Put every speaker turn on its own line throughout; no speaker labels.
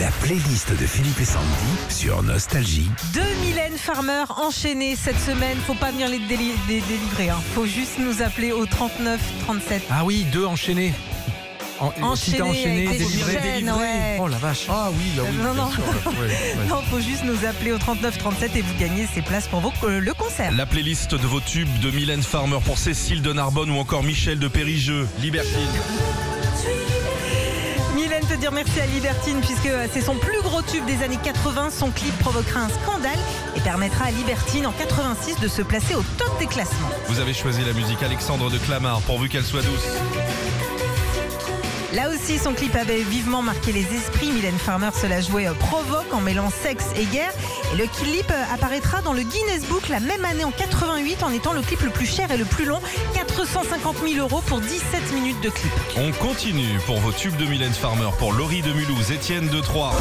La playlist de Philippe et Sandy sur Nostalgie.
Deux Mylène Farmer enchaînés cette semaine. Faut pas venir les déli- dé- délivrer. Hein. Faut juste nous appeler au 39 37.
Ah oui, deux enchaînés. En,
Enchaînés
si t'as enchaîné,
avec des
délivré,
chaînes,
délivré.
ouais.
Oh la vache.
Ah oui, là oui,
Non,
bien
non.
sûr. ouais, ouais, ouais.
Non, faut juste nous appeler au 39 37 et vous gagnez ces places pour vos, euh, le concert.
La playlist de vos tubes de Mylène Farmer pour Cécile de Narbonne ou encore Michel de Périgeux. Libertine.
Mylène te dire merci à Libertine puisque euh, c'est son plus gros tube des années 80. Son clip provoquera un scandale et permettra à Libertine en 86 de se placer au top des classements.
Vous avez choisi la musique Alexandre de Clamart pourvu qu'elle soit douce.
Là aussi, son clip avait vivement marqué les esprits. Mylène Farmer se la jouait euh, provoque en mêlant sexe et guerre. Et le clip euh, apparaîtra dans le Guinness Book la même année en 88 en étant le clip le plus cher et le plus long. 450 000 euros pour 17 minutes de clip.
On continue pour vos tubes de Mylène Farmer pour Laurie de Mulhouse, Étienne de Troyes.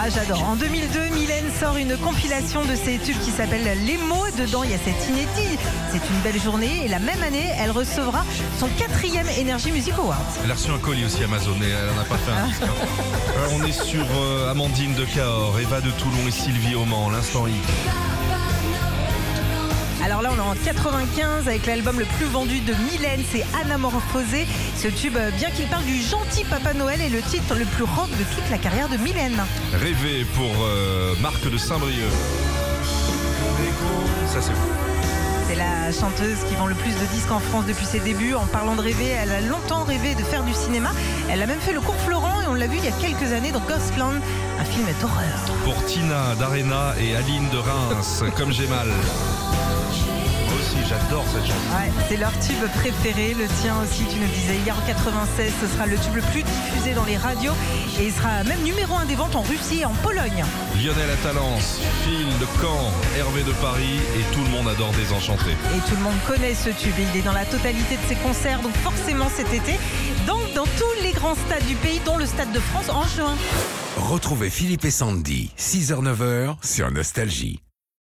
Ah, j'adore. En 2002, Mylène sort une compilation de ses tubes qui s'appelle Les mots. Dedans, il y a cette inédit. C'est une belle journée. Et la même année, elle recevra son quatrième Energy Music Award.
Elle a reçu un colis aussi Amazon et elle en a pas fait un disque. hein. Euh, On est sur euh, Amandine de Cahors, Eva de Toulon et Sylvie au Mans, l'instant hic.
Alors là, on est en 95 avec l'album le plus vendu de Mylène, c'est Anamorphosé. Ce tube, euh, bien qu'il parle du gentil Papa Noël, est le titre le plus rock de toute la carrière de Mylène.
Rêver pour euh, Marc de Saint-Brieuc. Ça c'est vous.
C'est la chanteuse qui vend le plus de disques en France depuis ses débuts. En parlant de rêver, elle a longtemps rêvé de faire du cinéma. Elle a même fait le cours Florent et on l'a vu il y a quelques années dans Ghostland, un film d'horreur.
Pour Tina d'Arena et Aline de Reims, comme j'ai mal. Moi aussi, j'adore cette chanson.
Ouais, c'est leur tube préféré, le tien aussi, tu nous disais hier en 96, ce sera le tube le plus diffusé dans les radios et il sera même numéro un des ventes en Russie et en Pologne.
Lionel Atalance, Phil de Caen, Hervé de Paris et tout le monde adore Désenchanté.
Et tout le monde connaît ce tube. Il est dans la totalité de ses concerts, donc forcément cet été, dans, dans tous les grands stades du pays, dont le Stade de France en juin.
Retrouvez Philippe et Sandy, 6h-9h sur Nostalgie.